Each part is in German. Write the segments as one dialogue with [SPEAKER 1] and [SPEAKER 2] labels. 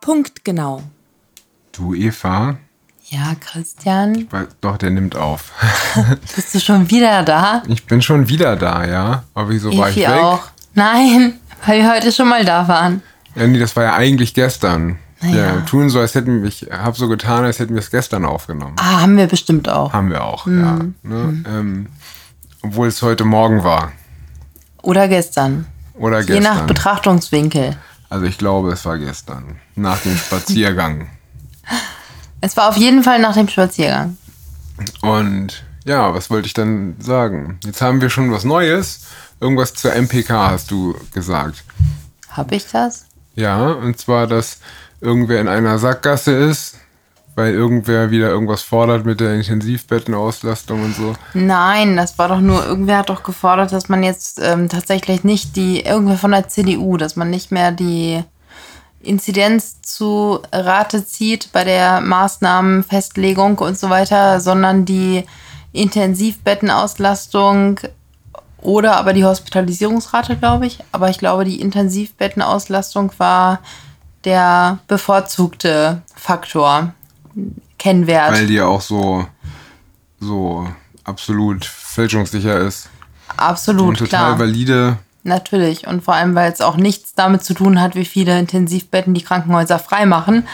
[SPEAKER 1] Punktgenau.
[SPEAKER 2] Du, Eva,
[SPEAKER 1] Ja, Christian,
[SPEAKER 2] weil- doch, der nimmt auf.
[SPEAKER 1] bist du schon wieder da?
[SPEAKER 2] Ich bin schon wieder da, ja. Aber wieso war ich
[SPEAKER 1] Evi
[SPEAKER 2] weg?
[SPEAKER 1] auch. Nein, weil wir heute schon mal da waren.
[SPEAKER 2] Ja, nee, das war ja eigentlich gestern.
[SPEAKER 1] Naja.
[SPEAKER 2] Ja, tun so, als hätten wir, ich habe so getan, als hätten wir es gestern aufgenommen.
[SPEAKER 1] Ah, haben wir bestimmt auch.
[SPEAKER 2] Haben wir auch, ja.
[SPEAKER 1] Mhm.
[SPEAKER 2] Ne? Ähm, obwohl es heute Morgen war.
[SPEAKER 1] Oder gestern.
[SPEAKER 2] Oder
[SPEAKER 1] Je nach
[SPEAKER 2] gestern.
[SPEAKER 1] Betrachtungswinkel.
[SPEAKER 2] also ich glaube, es war gestern. Nach dem Spaziergang.
[SPEAKER 1] Es war auf jeden Fall nach dem Spaziergang.
[SPEAKER 2] Und ja, was wollte ich dann sagen? Jetzt haben wir schon was Neues. Irgendwas zur MPK hast du gesagt.
[SPEAKER 1] Hab ich das?
[SPEAKER 2] Ja, und zwar, dass irgendwer in einer Sackgasse ist, weil irgendwer wieder irgendwas fordert mit der Intensivbettenauslastung und so.
[SPEAKER 1] Nein, das war doch nur, irgendwer hat doch gefordert, dass man jetzt ähm, tatsächlich nicht die, irgendwer von der CDU, dass man nicht mehr die Inzidenz zu Rate zieht bei der Maßnahmenfestlegung und so weiter, sondern die Intensivbettenauslastung oder aber die Hospitalisierungsrate, glaube ich. Aber ich glaube, die Intensivbettenauslastung war der bevorzugte Faktor, Kennwert.
[SPEAKER 2] Weil die ja auch so, so absolut fälschungssicher ist.
[SPEAKER 1] Absolut,
[SPEAKER 2] und total
[SPEAKER 1] klar.
[SPEAKER 2] valide.
[SPEAKER 1] Natürlich. Und vor allem, weil es auch nichts damit zu tun hat, wie viele Intensivbetten die Krankenhäuser freimachen,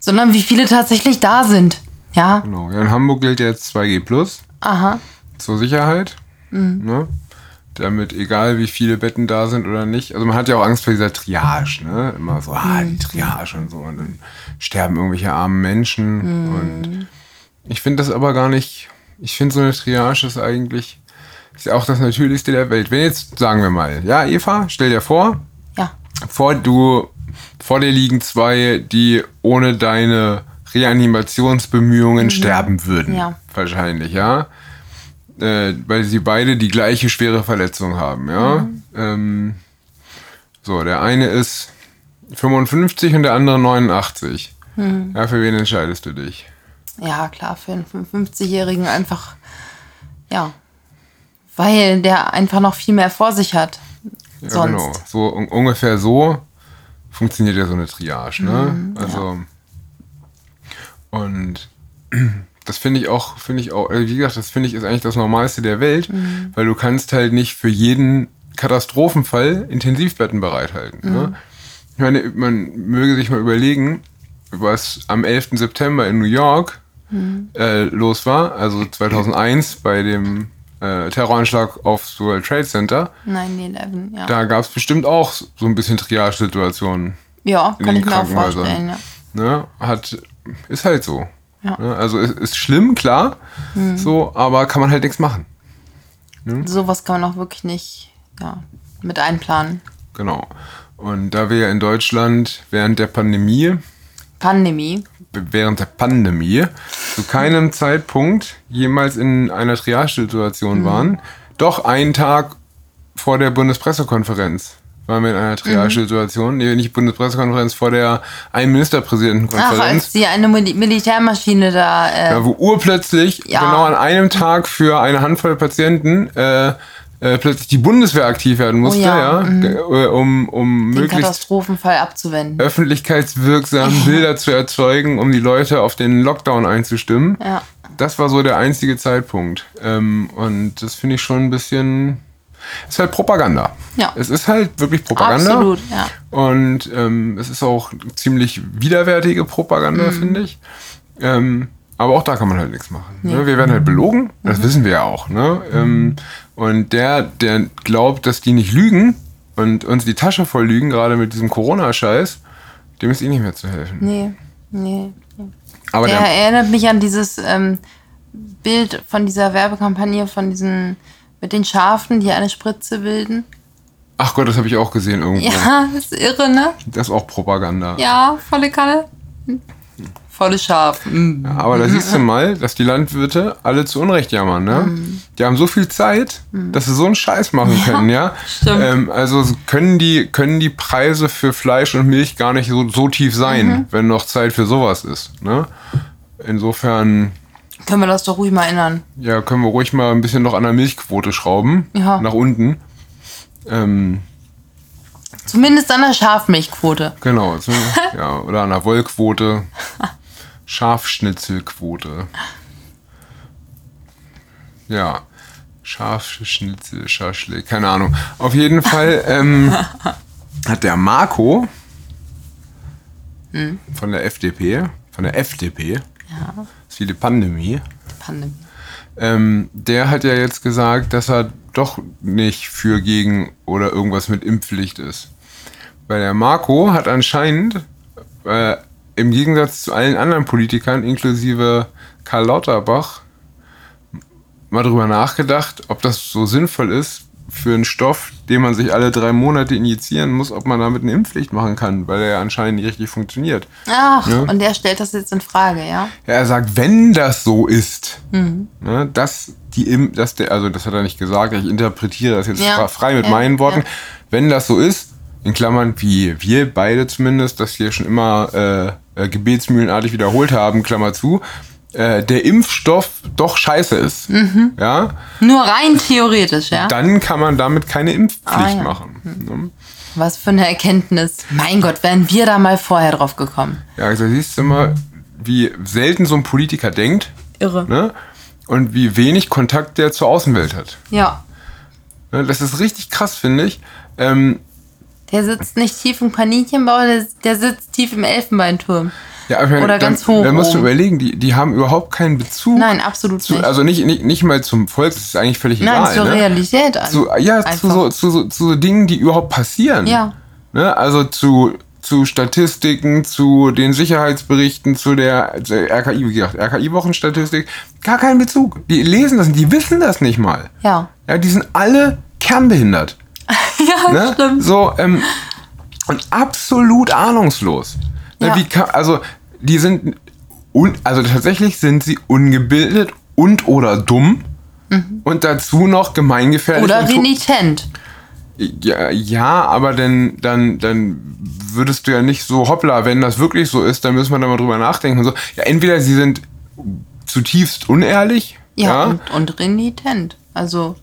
[SPEAKER 1] sondern wie viele tatsächlich da sind. Ja,
[SPEAKER 2] Genau. Ja, in Hamburg gilt jetzt 2G Plus
[SPEAKER 1] aha.
[SPEAKER 2] zur Sicherheit. Ne? Damit, egal wie viele Betten da sind oder nicht. Also man hat ja auch Angst vor dieser Triage, ne? Immer so, ah, die Triage und so. Und dann sterben irgendwelche armen Menschen. Und ich finde das aber gar nicht. Ich finde so eine Triage ist eigentlich ist ja auch das Natürlichste der Welt. Wenn jetzt, sagen wir mal, ja, Eva, stell dir vor,
[SPEAKER 1] Ja,
[SPEAKER 2] vor du vor dir liegen zwei, die ohne deine Reanimationsbemühungen sterben würden.
[SPEAKER 1] Mhm. Ja.
[SPEAKER 2] Wahrscheinlich, ja. Äh, weil sie beide die gleiche schwere Verletzung haben, ja.
[SPEAKER 1] Mhm.
[SPEAKER 2] Ähm, so, der eine ist 55 und der andere 89.
[SPEAKER 1] Mhm.
[SPEAKER 2] Ja, für wen entscheidest du dich?
[SPEAKER 1] ja klar, für einen 55-Jährigen einfach, ja, weil der einfach noch viel mehr vor sich hat.
[SPEAKER 2] Ja, genau.
[SPEAKER 1] Sonst.
[SPEAKER 2] So un ungefähr so funktioniert ja so eine Triage, ne? also und das finde ich auch, finde ich auch, äh, wie gesagt, das finde ich ist eigentlich das Normalste der Welt, weil du kannst halt nicht für jeden Katastrophenfall Intensivbetten bereithalten. Ne? Ich meine, man möge sich mal überlegen, was am 11. September in New York äh, los war, also 2001 bei dem äh, Terroranschlag aufs World Trade Center.
[SPEAKER 1] 9-11, ja.
[SPEAKER 2] Da gab es bestimmt auch so ein bisschen Triage-Situationen.
[SPEAKER 1] ja,
[SPEAKER 2] in
[SPEAKER 1] kann
[SPEAKER 2] den
[SPEAKER 1] ich mir auch
[SPEAKER 2] Krankenhäusern.
[SPEAKER 1] vorstellen. Ja.
[SPEAKER 2] Ne? Hat, ist halt so.
[SPEAKER 1] Ja. Mhm.
[SPEAKER 2] Ne? Also ist, ist schlimm, klar, so, aber kann man halt nichts machen. Hm?
[SPEAKER 1] Sowas kann man auch wirklich nicht ja, mit einplanen.
[SPEAKER 2] Genau. Und da wir ja in Deutschland während der Pandemie,
[SPEAKER 1] Pandemie.
[SPEAKER 2] während der Pandemie, zu
[SPEAKER 1] Mhm.
[SPEAKER 2] keinem Zeitpunkt jemals in einer
[SPEAKER 1] Mhm.
[SPEAKER 2] Triage-Situation waren, doch einen Tag vor der Bundespressekonferenz waren wir in
[SPEAKER 1] Mhm.
[SPEAKER 2] einer Triage-Situation. Nee, nicht Bundespressekonferenz, vor der einen
[SPEAKER 1] Ach,
[SPEAKER 2] Ministerpräsidentenkonferenz.
[SPEAKER 1] als die eine Mil Militärmaschine da äh,
[SPEAKER 2] Ja, wo urplötzlich,
[SPEAKER 1] Ja.
[SPEAKER 2] genau an einem Tag für eine Handvoll Patienten, äh, äh, plötzlich die Bundwehr aktiv werden musste, ja,
[SPEAKER 1] Oh ja, mhm.
[SPEAKER 2] ge- äh, um, um
[SPEAKER 1] den
[SPEAKER 2] möglichst Äh.
[SPEAKER 1] Katastrophenfall abzuwenden.
[SPEAKER 2] öffentlichkeitswirksam Bilder zu erzeugen, um die Leute auf den Lockdown einzustimmen.
[SPEAKER 1] Ja.
[SPEAKER 2] Das war so der einzige Zeitpunkt. Ähm, und das finde ich schon ein bisschen. Ist halt Propaganda.
[SPEAKER 1] Ja.
[SPEAKER 2] Es ist halt wirklich Propaganda.
[SPEAKER 1] Absolut, ja.
[SPEAKER 2] Und ähm, es ist auch ziemlich widerwärtige Propaganda, finde ich. Ähm, aber auch da kann man halt nichts machen. Ne? Wir werden halt belogen, das wissen wir ja auch. Ne? Ähm, und der, der glaubt, dass die nicht lügen und uns die Tasche voll lügen, gerade mit diesem Corona-Scheiß, dem ist eh nicht mehr zu helfen.
[SPEAKER 1] Nee, nee.
[SPEAKER 2] Aber
[SPEAKER 1] Der
[SPEAKER 2] der,
[SPEAKER 1] erinnert mich an dieses ähm, Bild von dieser Werbekampagne von diesen mit den Schafen, die eine Spritze bilden.
[SPEAKER 2] ach Gott, das habe ich auch gesehen irgendwo.
[SPEAKER 1] Ja, das ist irre, ne?
[SPEAKER 2] Das ist auch Propaganda.
[SPEAKER 1] Ja, volle Kanne. Volle Schaf. Mm.
[SPEAKER 2] Aber da siehst du mal, dass die Landwirte alle zu Unrecht jammern, ne? Die haben so viel Zeit, dass sie so einen Scheiß machen können, ja?
[SPEAKER 1] stimmt.
[SPEAKER 2] Ähm, also können die, können die Preise für Fleisch und Milch gar nicht so, so tief sein, wenn noch Zeit für sowas ist, ne? Insofern,
[SPEAKER 1] Können wir das doch ruhig mal erinnern.
[SPEAKER 2] ja, können wir ruhig mal ein bisschen noch an der Milchquote schrauben.
[SPEAKER 1] Ja.
[SPEAKER 2] Nach unten. Ähm,
[SPEAKER 1] Zumindest an der Schafmilchquote.
[SPEAKER 2] Genau, so, ja, oder an der Wollquote, Schafschnitzelquote. Ja, Schafschnitzel, Schaschlik, keine Ahnung. Auf jeden Fall ähm, hat der Marco von der FDP, von der FDP,
[SPEAKER 1] Ja,
[SPEAKER 2] ist wie die Pandemie,
[SPEAKER 1] Pandemie.
[SPEAKER 2] ähm, der hat ja jetzt gesagt, dass er doch nicht für gegen oder irgendwas mit Impfpflicht ist. Weil der Marco hat anscheinend äh, im Gegensatz zu allen anderen Politikern, inklusive Karl Lauterbach, mal drüber nachgedacht, ob das so sinnvoll ist für einen Stoff, den man sich alle drei Monate injizieren muss, ob man damit eine Impfpflicht machen kann, weil der ja anscheinend nicht richtig funktioniert.
[SPEAKER 1] Ach,
[SPEAKER 2] Ja.
[SPEAKER 1] und der stellt das jetzt in Frage, ja?
[SPEAKER 2] Ja, er sagt, wenn das so ist,
[SPEAKER 1] Mhm.
[SPEAKER 2] ne, dass die im, dass der, also das hat er nicht gesagt, ich interpretiere das jetzt
[SPEAKER 1] Ja,
[SPEAKER 2] fra- frei mit
[SPEAKER 1] ja,
[SPEAKER 2] meinen Worten,
[SPEAKER 1] ja.
[SPEAKER 2] wenn das so ist, in Klammern, wie wir beide zumindest, das hier schon immer äh, äh, gebetsmühlenartig wiederholt haben, Klammer zu, äh, der Impfstoff doch scheiße ist, ja,
[SPEAKER 1] Nur rein theoretisch, Mhm. ja?
[SPEAKER 2] dann kann man damit keine Impfpflicht
[SPEAKER 1] Ah, ja.
[SPEAKER 2] machen. Ne?
[SPEAKER 1] Was für eine Erkenntnis. Mein Gott, wären wir da mal vorher drauf gekommen.
[SPEAKER 2] Ja, also siehst du mal, wie selten so ein Politiker denkt
[SPEAKER 1] Irre.
[SPEAKER 2] ne? und wie wenig Kontakt der zur Außenwelt hat.
[SPEAKER 1] Ja.
[SPEAKER 2] Ne, Das ist richtig krass, finde ich. Ähm,
[SPEAKER 1] Der sitzt nicht tief im Kaninchenbau, der, der sitzt tief im Elfenbeinturm.
[SPEAKER 2] ja, ich meine,
[SPEAKER 1] Oder
[SPEAKER 2] dann,
[SPEAKER 1] ganz hoch
[SPEAKER 2] Da musst du
[SPEAKER 1] oben.
[SPEAKER 2] überlegen, die, die haben überhaupt keinen Bezug.
[SPEAKER 1] Nein, absolut
[SPEAKER 2] zu,
[SPEAKER 1] nicht.
[SPEAKER 2] Also nicht, nicht, nicht mal zum Volk, das ist eigentlich völlig
[SPEAKER 1] Nein,
[SPEAKER 2] egal.
[SPEAKER 1] zur
[SPEAKER 2] ne?
[SPEAKER 1] Realität an.
[SPEAKER 2] zu, ja, zu
[SPEAKER 1] Einfach.
[SPEAKER 2] so, zu, so, zu so Dingen, die überhaupt passieren.
[SPEAKER 1] Ja.
[SPEAKER 2] Ne? Also zu, zu Statistiken, zu den Sicherheitsberichten, zu der, also der RKI, wie gesagt, RKI-Wochenstatistik, gar keinen Bezug. Die lesen das, nicht, die wissen das nicht mal.
[SPEAKER 1] Ja.
[SPEAKER 2] Ja, die sind alle kernbehindert.
[SPEAKER 1] ja,
[SPEAKER 2] ne?
[SPEAKER 1] stimmt.
[SPEAKER 2] So, ähm, und absolut ahnungslos. Ne,
[SPEAKER 1] Ja.
[SPEAKER 2] Wie kann, also, die sind, un, also tatsächlich sind sie ungebildet und oder dumm und dazu noch gemeingefährlich.
[SPEAKER 1] Mhm. Oder
[SPEAKER 2] und fu-
[SPEAKER 1] renitent.
[SPEAKER 2] ja, ja, aber denn, dann, dann würdest du ja nicht so, hoppla, wenn das wirklich so ist, dann müssen wir da mal drüber nachdenken. Und so. Ja, entweder sie sind zutiefst unehrlich,
[SPEAKER 1] Ja,
[SPEAKER 2] ja,
[SPEAKER 1] Und, und renitent. Also,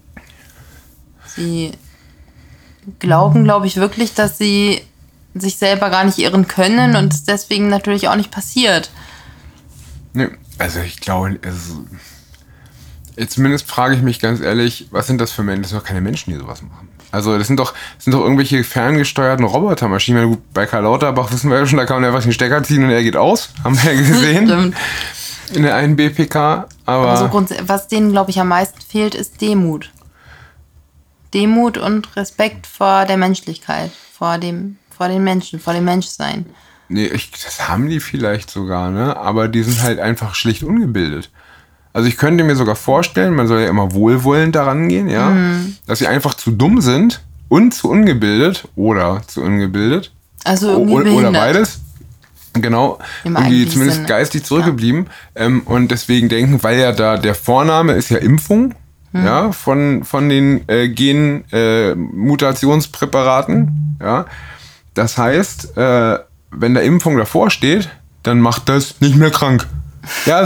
[SPEAKER 1] sie glauben, glaube ich, wirklich, dass sie sich selber gar nicht irren können und es deswegen natürlich auch nicht passiert.
[SPEAKER 2] Nee, also ich glaube, also, jetzt zumindest frage ich mich ganz ehrlich, was sind das für Menschen? Das sind doch keine Menschen, die sowas machen. Also das sind doch, das sind doch irgendwelche ferngesteuerten Robotermaschinen. Ich meine, gut, Bei Karl Lauterbach wissen wir ja schon, da kann man einfach den Stecker ziehen und er geht aus. Haben wir ja gesehen
[SPEAKER 1] Stimmt.
[SPEAKER 2] in der einen BPK. Aber
[SPEAKER 1] Also grunds- was denen, glaube ich, am meisten fehlt, ist Demut. Demut und Respekt vor der Menschlichkeit, vor dem, vor den Menschen, vor dem Menschsein.
[SPEAKER 2] nee, ich, das haben die vielleicht sogar, ne? Aber die sind halt einfach schlicht ungebildet. Also ich könnte mir sogar vorstellen, man soll ja immer wohlwollend daran gehen, ja, dass sie einfach zu dumm sind und zu ungebildet oder zu ungebildet
[SPEAKER 1] Also
[SPEAKER 2] O-
[SPEAKER 1] irgendwie
[SPEAKER 2] oder, oder
[SPEAKER 1] behindert.
[SPEAKER 2] beides. Genau,
[SPEAKER 1] Im
[SPEAKER 2] irgendwie
[SPEAKER 1] eigentlichen
[SPEAKER 2] zumindest
[SPEAKER 1] Sinne.
[SPEAKER 2] geistig zurückgeblieben. Ähm, und deswegen denken, weil ja da der Vorname ist ja Impfung,
[SPEAKER 1] Hm.
[SPEAKER 2] ja, von, von den äh, Gen-Mutationspräparaten, ja. Das heißt, äh, wenn da Impfung davor steht, dann macht das nicht mehr krank. Ja,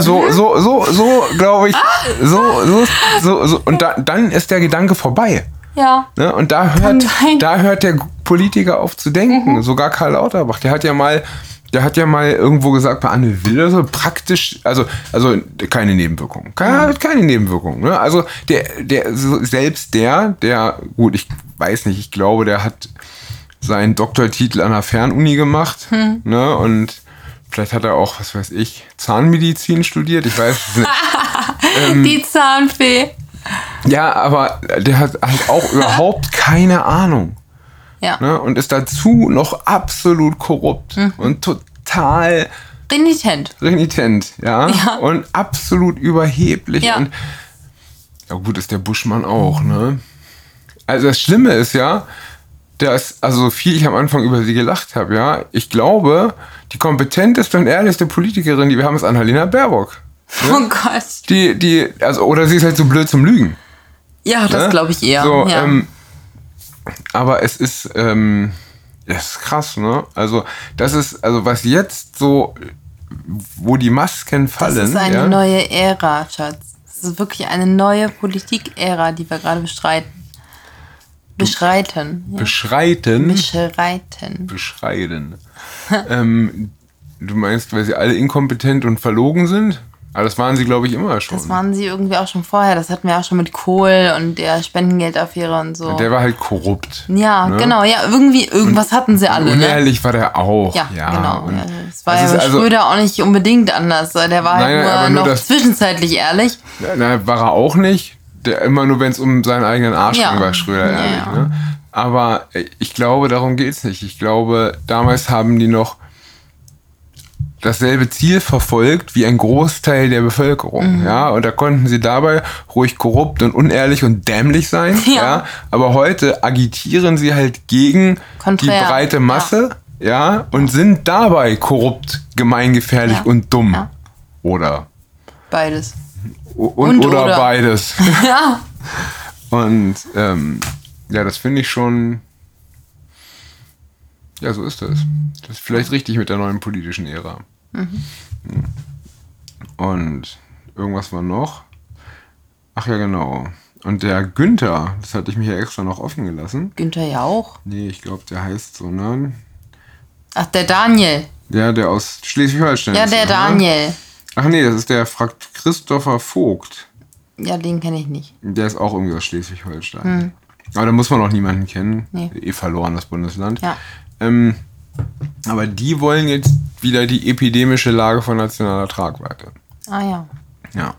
[SPEAKER 2] so, so, so, so, glaube ich,
[SPEAKER 1] Ah.
[SPEAKER 2] so, so, so, so. Und da, dann ist der Gedanke vorbei.
[SPEAKER 1] Ja.
[SPEAKER 2] Ne? Und da
[SPEAKER 1] Kann
[SPEAKER 2] hört,
[SPEAKER 1] sein.
[SPEAKER 2] da hört der Politiker auf zu denken. Sogar Karl Lauterbach, der hat ja mal, der hat ja mal irgendwo gesagt, bei Anne Will oder so, praktisch, also, also keine Nebenwirkungen. Keine, hat keine Nebenwirkungen. Ne? Also der, der, so selbst der, der, gut, ich weiß nicht, ich glaube, der hat seinen Doktortitel an der Fernuni gemacht. Ne? Und vielleicht hat er auch, was weiß ich, Zahnmedizin studiert. Ich weiß es nicht. Ähm,
[SPEAKER 1] Die Zahnfee.
[SPEAKER 2] ja, aber der hat halt auch überhaupt keine Ahnung.
[SPEAKER 1] Ja.
[SPEAKER 2] ne, und ist dazu noch absolut korrupt und total
[SPEAKER 1] Renitent.
[SPEAKER 2] renitent, ja? und absolut überheblich
[SPEAKER 1] Ja.
[SPEAKER 2] und ja gut ist der Buschmann auch, ne? Also das Schlimme ist ja, dass also so viel ich am Anfang über sie gelacht habe, ja, ich glaube die kompetenteste und ehrlichste Politikerin, die wir haben, ist Annalena Baerbock.
[SPEAKER 1] Oh Gott.
[SPEAKER 2] Die, die, also, oder sie ist halt so blöd zum Lügen.
[SPEAKER 1] Ja, das
[SPEAKER 2] Ne?
[SPEAKER 1] glaube ich eher.
[SPEAKER 2] So,
[SPEAKER 1] ja.
[SPEAKER 2] ähm, aber es ist, ähm, das ist krass, ne? Also, das ist, also was jetzt so, wo die Masken fallen.
[SPEAKER 1] das ist eine
[SPEAKER 2] ja?
[SPEAKER 1] neue Ära, Schatz. Das ist wirklich eine neue Politik-Ära, die wir gerade bestreiten. Beschreiten. Ja.
[SPEAKER 2] beschreiten.
[SPEAKER 1] Beschreiten.
[SPEAKER 2] beschreiten. ähm, du meinst, weil sie alle inkompetent und verlogen sind? Aber das waren sie, glaube ich, immer schon.
[SPEAKER 1] Das waren sie irgendwie auch schon vorher. Das hatten wir auch schon mit Kohl und der Spendengeldaffäre und so.
[SPEAKER 2] Der war halt korrupt.
[SPEAKER 1] ja,
[SPEAKER 2] ne?
[SPEAKER 1] genau. Ja, irgendwie, irgendwas hatten sie alle. Ne?
[SPEAKER 2] Unehrlich war der auch.
[SPEAKER 1] Ja,
[SPEAKER 2] Ja,
[SPEAKER 1] genau.
[SPEAKER 2] und
[SPEAKER 1] Ja, das war
[SPEAKER 2] das
[SPEAKER 1] ja
[SPEAKER 2] ist
[SPEAKER 1] bei
[SPEAKER 2] also-
[SPEAKER 1] Schröder auch nicht unbedingt anders. Der war
[SPEAKER 2] Nein,
[SPEAKER 1] halt
[SPEAKER 2] aber
[SPEAKER 1] nur,
[SPEAKER 2] nur
[SPEAKER 1] noch
[SPEAKER 2] das-
[SPEAKER 1] zwischenzeitlich ehrlich.
[SPEAKER 2] Ja, na, war er auch nicht. Der, immer nur, wenn es um seinen eigenen Arsch
[SPEAKER 1] Ja.
[SPEAKER 2] ging, war Schröder
[SPEAKER 1] Ja,
[SPEAKER 2] ehrlich.
[SPEAKER 1] ja.
[SPEAKER 2] Ne? Aber äh, ich glaube, darum geht's nicht. Ich glaube, damals haben die noch dasselbe Ziel verfolgt wie ein Großteil der
[SPEAKER 1] Mhm.
[SPEAKER 2] Bevölkerung. Ja, und da konnten sie dabei ruhig korrupt und unehrlich und dämlich sein.
[SPEAKER 1] Ja.
[SPEAKER 2] Ja. Aber heute agitieren sie halt gegen
[SPEAKER 1] Konträr.
[SPEAKER 2] die breite Masse. Ja. und sind dabei korrupt, gemeingefährlich
[SPEAKER 1] Ja.
[SPEAKER 2] und dumm.
[SPEAKER 1] Ja.
[SPEAKER 2] Oder
[SPEAKER 1] Beides.
[SPEAKER 2] O- Und,
[SPEAKER 1] Und
[SPEAKER 2] oder,
[SPEAKER 1] oder.
[SPEAKER 2] beides.
[SPEAKER 1] Ja.
[SPEAKER 2] Und ähm, ja, das finde ich schon. Ja, so ist das. Das ist vielleicht richtig mit der neuen politischen Ära.
[SPEAKER 1] Mhm.
[SPEAKER 2] Mhm. Und irgendwas war noch. Ach ja, genau. Und der Günther, das hatte ich mir hier extra noch offen gelassen.
[SPEAKER 1] Günther ja auch.
[SPEAKER 2] Nee, ich glaube, der heißt so, ne?
[SPEAKER 1] Ach, der Daniel.
[SPEAKER 2] Der, der aus Schleswig-Holstein
[SPEAKER 1] Ja,
[SPEAKER 2] ist.
[SPEAKER 1] der
[SPEAKER 2] ne?
[SPEAKER 1] Daniel.
[SPEAKER 2] Ach nee, das ist der Fra Christopher Vogt.
[SPEAKER 1] Ja, den kenne ich nicht.
[SPEAKER 2] Der ist auch irgendwie aus Schleswig-Holstein. Aber da muss man auch niemanden kennen.
[SPEAKER 1] Hm. Nee.
[SPEAKER 2] Eh verlorenes Bundesland.
[SPEAKER 1] Ja.
[SPEAKER 2] Ähm, aber die wollen jetzt wieder die epidemische Lage von nationaler Tragweite.
[SPEAKER 1] Ah ja.
[SPEAKER 2] Ja.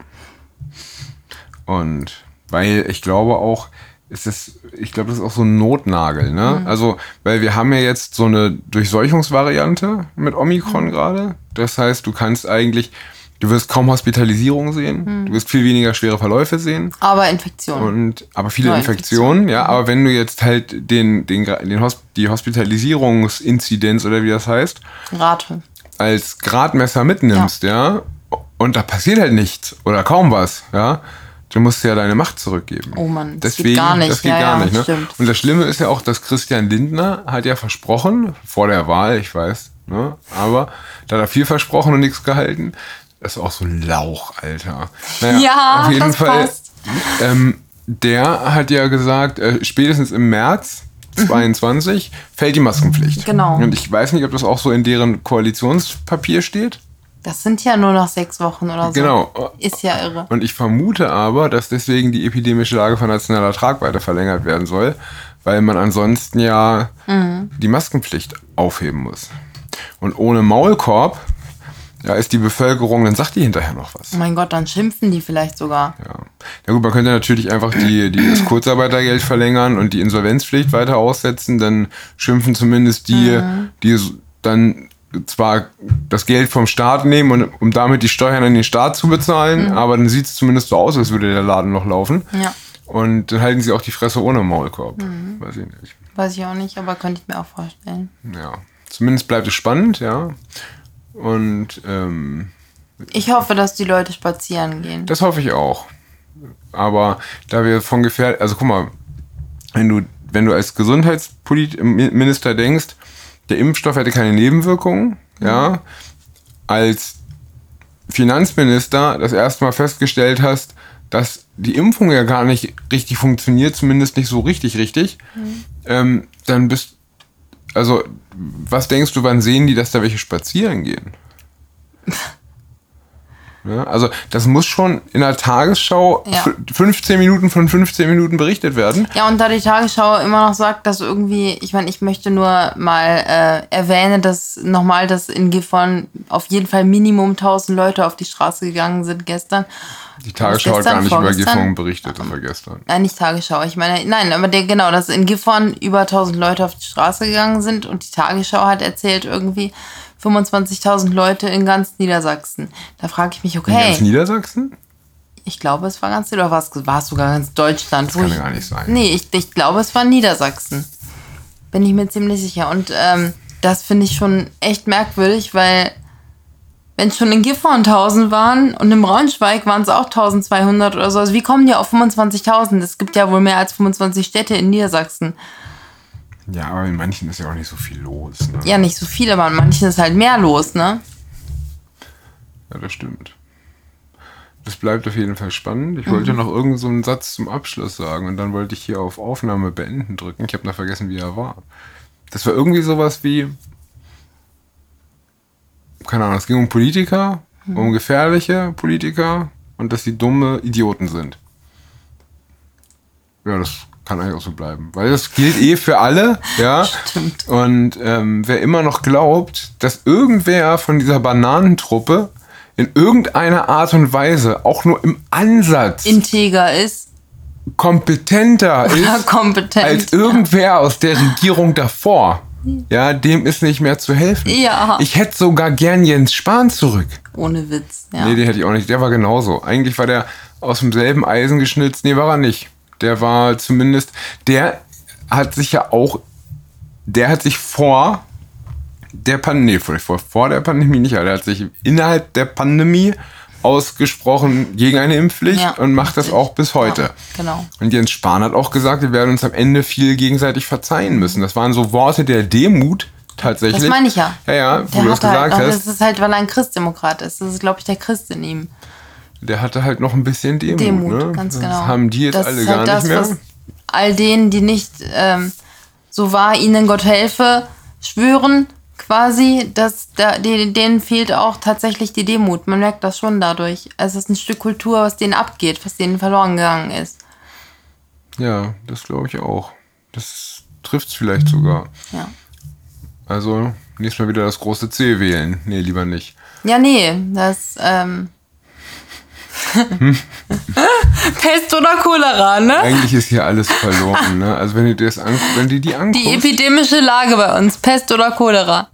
[SPEAKER 2] Und weil ich glaube auch, es ist, ich glaube, das ist auch so ein Notnagel, ne?
[SPEAKER 1] Hm.
[SPEAKER 2] Also, weil wir haben ja jetzt so eine Durchseuchungsvariante mit Omikron
[SPEAKER 1] Hm.
[SPEAKER 2] gerade. Das heißt, du kannst eigentlich, du wirst kaum Hospitalisierung
[SPEAKER 1] Hm.
[SPEAKER 2] sehen, du wirst viel weniger schwere Verläufe sehen.
[SPEAKER 1] Aber Infektion.
[SPEAKER 2] Und, aber viele
[SPEAKER 1] Neue
[SPEAKER 2] Infektionen, ja, aber wenn du jetzt halt den, den, Gra- den Hosp die Hospitalisierungsinzidenz oder wie das heißt,
[SPEAKER 1] Rate.
[SPEAKER 2] als Gradmesser mitnimmst, ja. und da passiert halt nichts oder kaum was, ja, dann musst du ja deine Macht zurückgeben.
[SPEAKER 1] Oh Mann, das geht gar nicht.
[SPEAKER 2] Das geht
[SPEAKER 1] Ja,
[SPEAKER 2] gar
[SPEAKER 1] ja,
[SPEAKER 2] nicht, ne?
[SPEAKER 1] stimmt.
[SPEAKER 2] Und das Schlimme ist ja auch, dass Christian Lindner hat ja versprochen, vor der Wahl, ich weiß, ne, aber da hat er viel versprochen und nichts gehalten. Das ist auch so ein Lauch, Alter. Naja,
[SPEAKER 1] Ja, das passt.
[SPEAKER 2] Ähm, der hat ja gesagt, äh, spätestens im März 22 fällt die Maskenpflicht.
[SPEAKER 1] Mhm. Genau.
[SPEAKER 2] Und ich weiß nicht, ob das auch so in deren Koalitionspapier steht.
[SPEAKER 1] Das sind ja nur noch sechs Wochen oder so.
[SPEAKER 2] Genau.
[SPEAKER 1] Ist ja irre.
[SPEAKER 2] Und ich vermute aber, dass deswegen die epidemische Lage von nationaler Tragweite verlängert werden soll, weil man ansonsten ja
[SPEAKER 1] Mhm.
[SPEAKER 2] die Maskenpflicht aufheben muss. Und ohne Maulkorb, da ist die Bevölkerung, dann sagt die hinterher noch was.
[SPEAKER 1] Oh mein Gott, dann schimpfen die vielleicht sogar.
[SPEAKER 2] Ja. ja gut, man könnte natürlich einfach die, die, das Kurzarbeitergeld verlängern und die Insolvenzpflicht weiter aussetzen, dann schimpfen zumindest die, die s- dann zwar das Geld vom Staat nehmen, und, um damit die Steuern an den Staat zu bezahlen, aber dann sieht es zumindest so aus, als würde der Laden noch laufen.
[SPEAKER 1] Ja.
[SPEAKER 2] Und dann halten sie auch die Fresse ohne Maulkorb. Weiß ich nicht.
[SPEAKER 1] Weiß ich auch nicht, aber könnte ich mir auch vorstellen.
[SPEAKER 2] Ja. Zumindest bleibt es spannend, ja. Und ähm,
[SPEAKER 1] Ich hoffe, dass die Leute spazieren gehen.
[SPEAKER 2] Das hoffe ich auch. Aber da wir von gefährdet, also guck mal, wenn du, wenn du als Gesundheitsminister denkst, der Impfstoff hätte keine Nebenwirkungen, ja, als Finanzminister das erste Mal festgestellt hast, dass die Impfung ja gar nicht richtig funktioniert, zumindest nicht so richtig richtig,
[SPEAKER 1] Mhm.
[SPEAKER 2] ähm, dann bist, also was denkst du, wann sehen die, dass da welche spazieren gehen? Ja, also das muss schon in der Tagesschau
[SPEAKER 1] Ja.
[SPEAKER 2] f- 15 Minuten von 15 Minuten berichtet werden.
[SPEAKER 1] Ja, und da die Tagesschau immer noch sagt, dass irgendwie, ich meine, ich möchte nur mal äh, erwähnen, dass nochmal, dass in Gifhorn auf jeden Fall Minimum 1000 Leute auf die Straße gegangen sind gestern.
[SPEAKER 2] Die Tagesschau hat
[SPEAKER 1] gestern,
[SPEAKER 2] gar nicht über
[SPEAKER 1] vorgestern?
[SPEAKER 2] Gifhorn berichtet, das war gestern.
[SPEAKER 1] Nein, nicht Tagesschau. Ich meine, nein, aber der, genau, dass in Gifhorn über 1000 Leute auf die Straße gegangen sind und die Tagesschau hat erzählt, irgendwie 25.000 Leute in ganz Niedersachsen. Da frage ich mich,
[SPEAKER 2] In ganz
[SPEAKER 1] okay,
[SPEAKER 2] Niedersachsen?
[SPEAKER 1] ich glaube, es war ganz, oder war es, war es sogar ganz Deutschland? Das
[SPEAKER 2] kann ja gar nicht sein.
[SPEAKER 1] Nee, ich, ich glaube, es war Niedersachsen. Bin ich mir ziemlich sicher. Und ähm, das finde ich schon echt merkwürdig, weil wenn es schon in Gifhorn 1000 waren und im Braunschweig waren es auch 1200 oder so, also wie kommen die auf 25.000? Es gibt ja wohl mehr als 25 Städte in Niedersachsen.
[SPEAKER 2] Ja, aber in manchen ist ja auch nicht so viel los. Ne?
[SPEAKER 1] Ja, nicht so viel, aber an manchen ist halt mehr los, ne?
[SPEAKER 2] Ja, das stimmt. Das bleibt auf jeden Fall spannend. Ich wollte noch irgendeinen so einen Satz zum Abschluss sagen und dann wollte ich hier auf Aufnahme beenden drücken. Ich habe noch vergessen, wie er war. Das war irgendwie sowas wie, keine Ahnung, es ging um Politiker, um gefährliche Politiker und dass die dumme Idioten sind. Ja, das kann eigentlich auch so bleiben, weil das gilt eh für alle, ja.
[SPEAKER 1] Stimmt.
[SPEAKER 2] Und ähm, wer immer noch glaubt, dass irgendwer von dieser Bananentruppe in irgendeiner Art und Weise, auch nur im Ansatz,
[SPEAKER 1] Integer ist
[SPEAKER 2] kompetenter
[SPEAKER 1] ja,
[SPEAKER 2] ist
[SPEAKER 1] kompetent.
[SPEAKER 2] als irgendwer aus der Regierung davor, ja, dem ist nicht mehr zu helfen.
[SPEAKER 1] Ja.
[SPEAKER 2] Ich hätte sogar gern Jens Spahn zurück.
[SPEAKER 1] Ohne Witz. Ja.
[SPEAKER 2] Nee, den hätte ich auch nicht. Der war genauso. Eigentlich war der aus demselben Eisen geschnitzt. Nee, war er nicht. Der war zumindest, der hat sich ja auch, der hat sich vor der Pandemie, nee, vor, vor, vor der Pandemie nicht, aber der hat sich innerhalb der Pandemie ausgesprochen gegen eine Impfpflicht
[SPEAKER 1] Ja,
[SPEAKER 2] und macht das
[SPEAKER 1] richtig.
[SPEAKER 2] auch bis heute.
[SPEAKER 1] Ja, genau.
[SPEAKER 2] Und Jens Spahn hat auch gesagt, wir werden uns am Ende viel gegenseitig verzeihen müssen. Das waren so Worte der Demut tatsächlich.
[SPEAKER 1] Das meine ich ja.
[SPEAKER 2] Ja, ja,
[SPEAKER 1] Der
[SPEAKER 2] wo du das
[SPEAKER 1] hat halt,
[SPEAKER 2] gesagt
[SPEAKER 1] noch-
[SPEAKER 2] hast.
[SPEAKER 1] das ist halt, weil er ein Christdemokrat ist. Das ist, glaube ich, der Christ in ihm.
[SPEAKER 2] Der hatte halt noch ein bisschen Demut.
[SPEAKER 1] Demut,
[SPEAKER 2] ne?
[SPEAKER 1] ganz
[SPEAKER 2] das
[SPEAKER 1] genau.
[SPEAKER 2] haben die jetzt
[SPEAKER 1] Das
[SPEAKER 2] alle
[SPEAKER 1] ist
[SPEAKER 2] gar
[SPEAKER 1] halt das,
[SPEAKER 2] nicht mehr.
[SPEAKER 1] Was all denen, die nicht ähm, so wahr ihnen Gott helfe, schwören quasi, dass da, denen, denen fehlt auch tatsächlich die Demut. Man merkt das schon dadurch. Also es ist ein Stück Kultur, was denen abgeht, was denen verloren gegangen ist.
[SPEAKER 2] ja, das glaube ich auch. Das trifft's vielleicht sogar.
[SPEAKER 1] Ja.
[SPEAKER 2] Also, nächstes Mal wieder das große C wählen. Nee, lieber nicht.
[SPEAKER 1] Ja, nee, das, ähm. Pest oder Cholera, ne?
[SPEAKER 2] Eigentlich ist hier alles verloren, ne? Also, wenn du dir das anguckst, wenn du die
[SPEAKER 1] Die
[SPEAKER 2] anguckst,
[SPEAKER 1] epidemische Lage bei uns, Pest oder Cholera.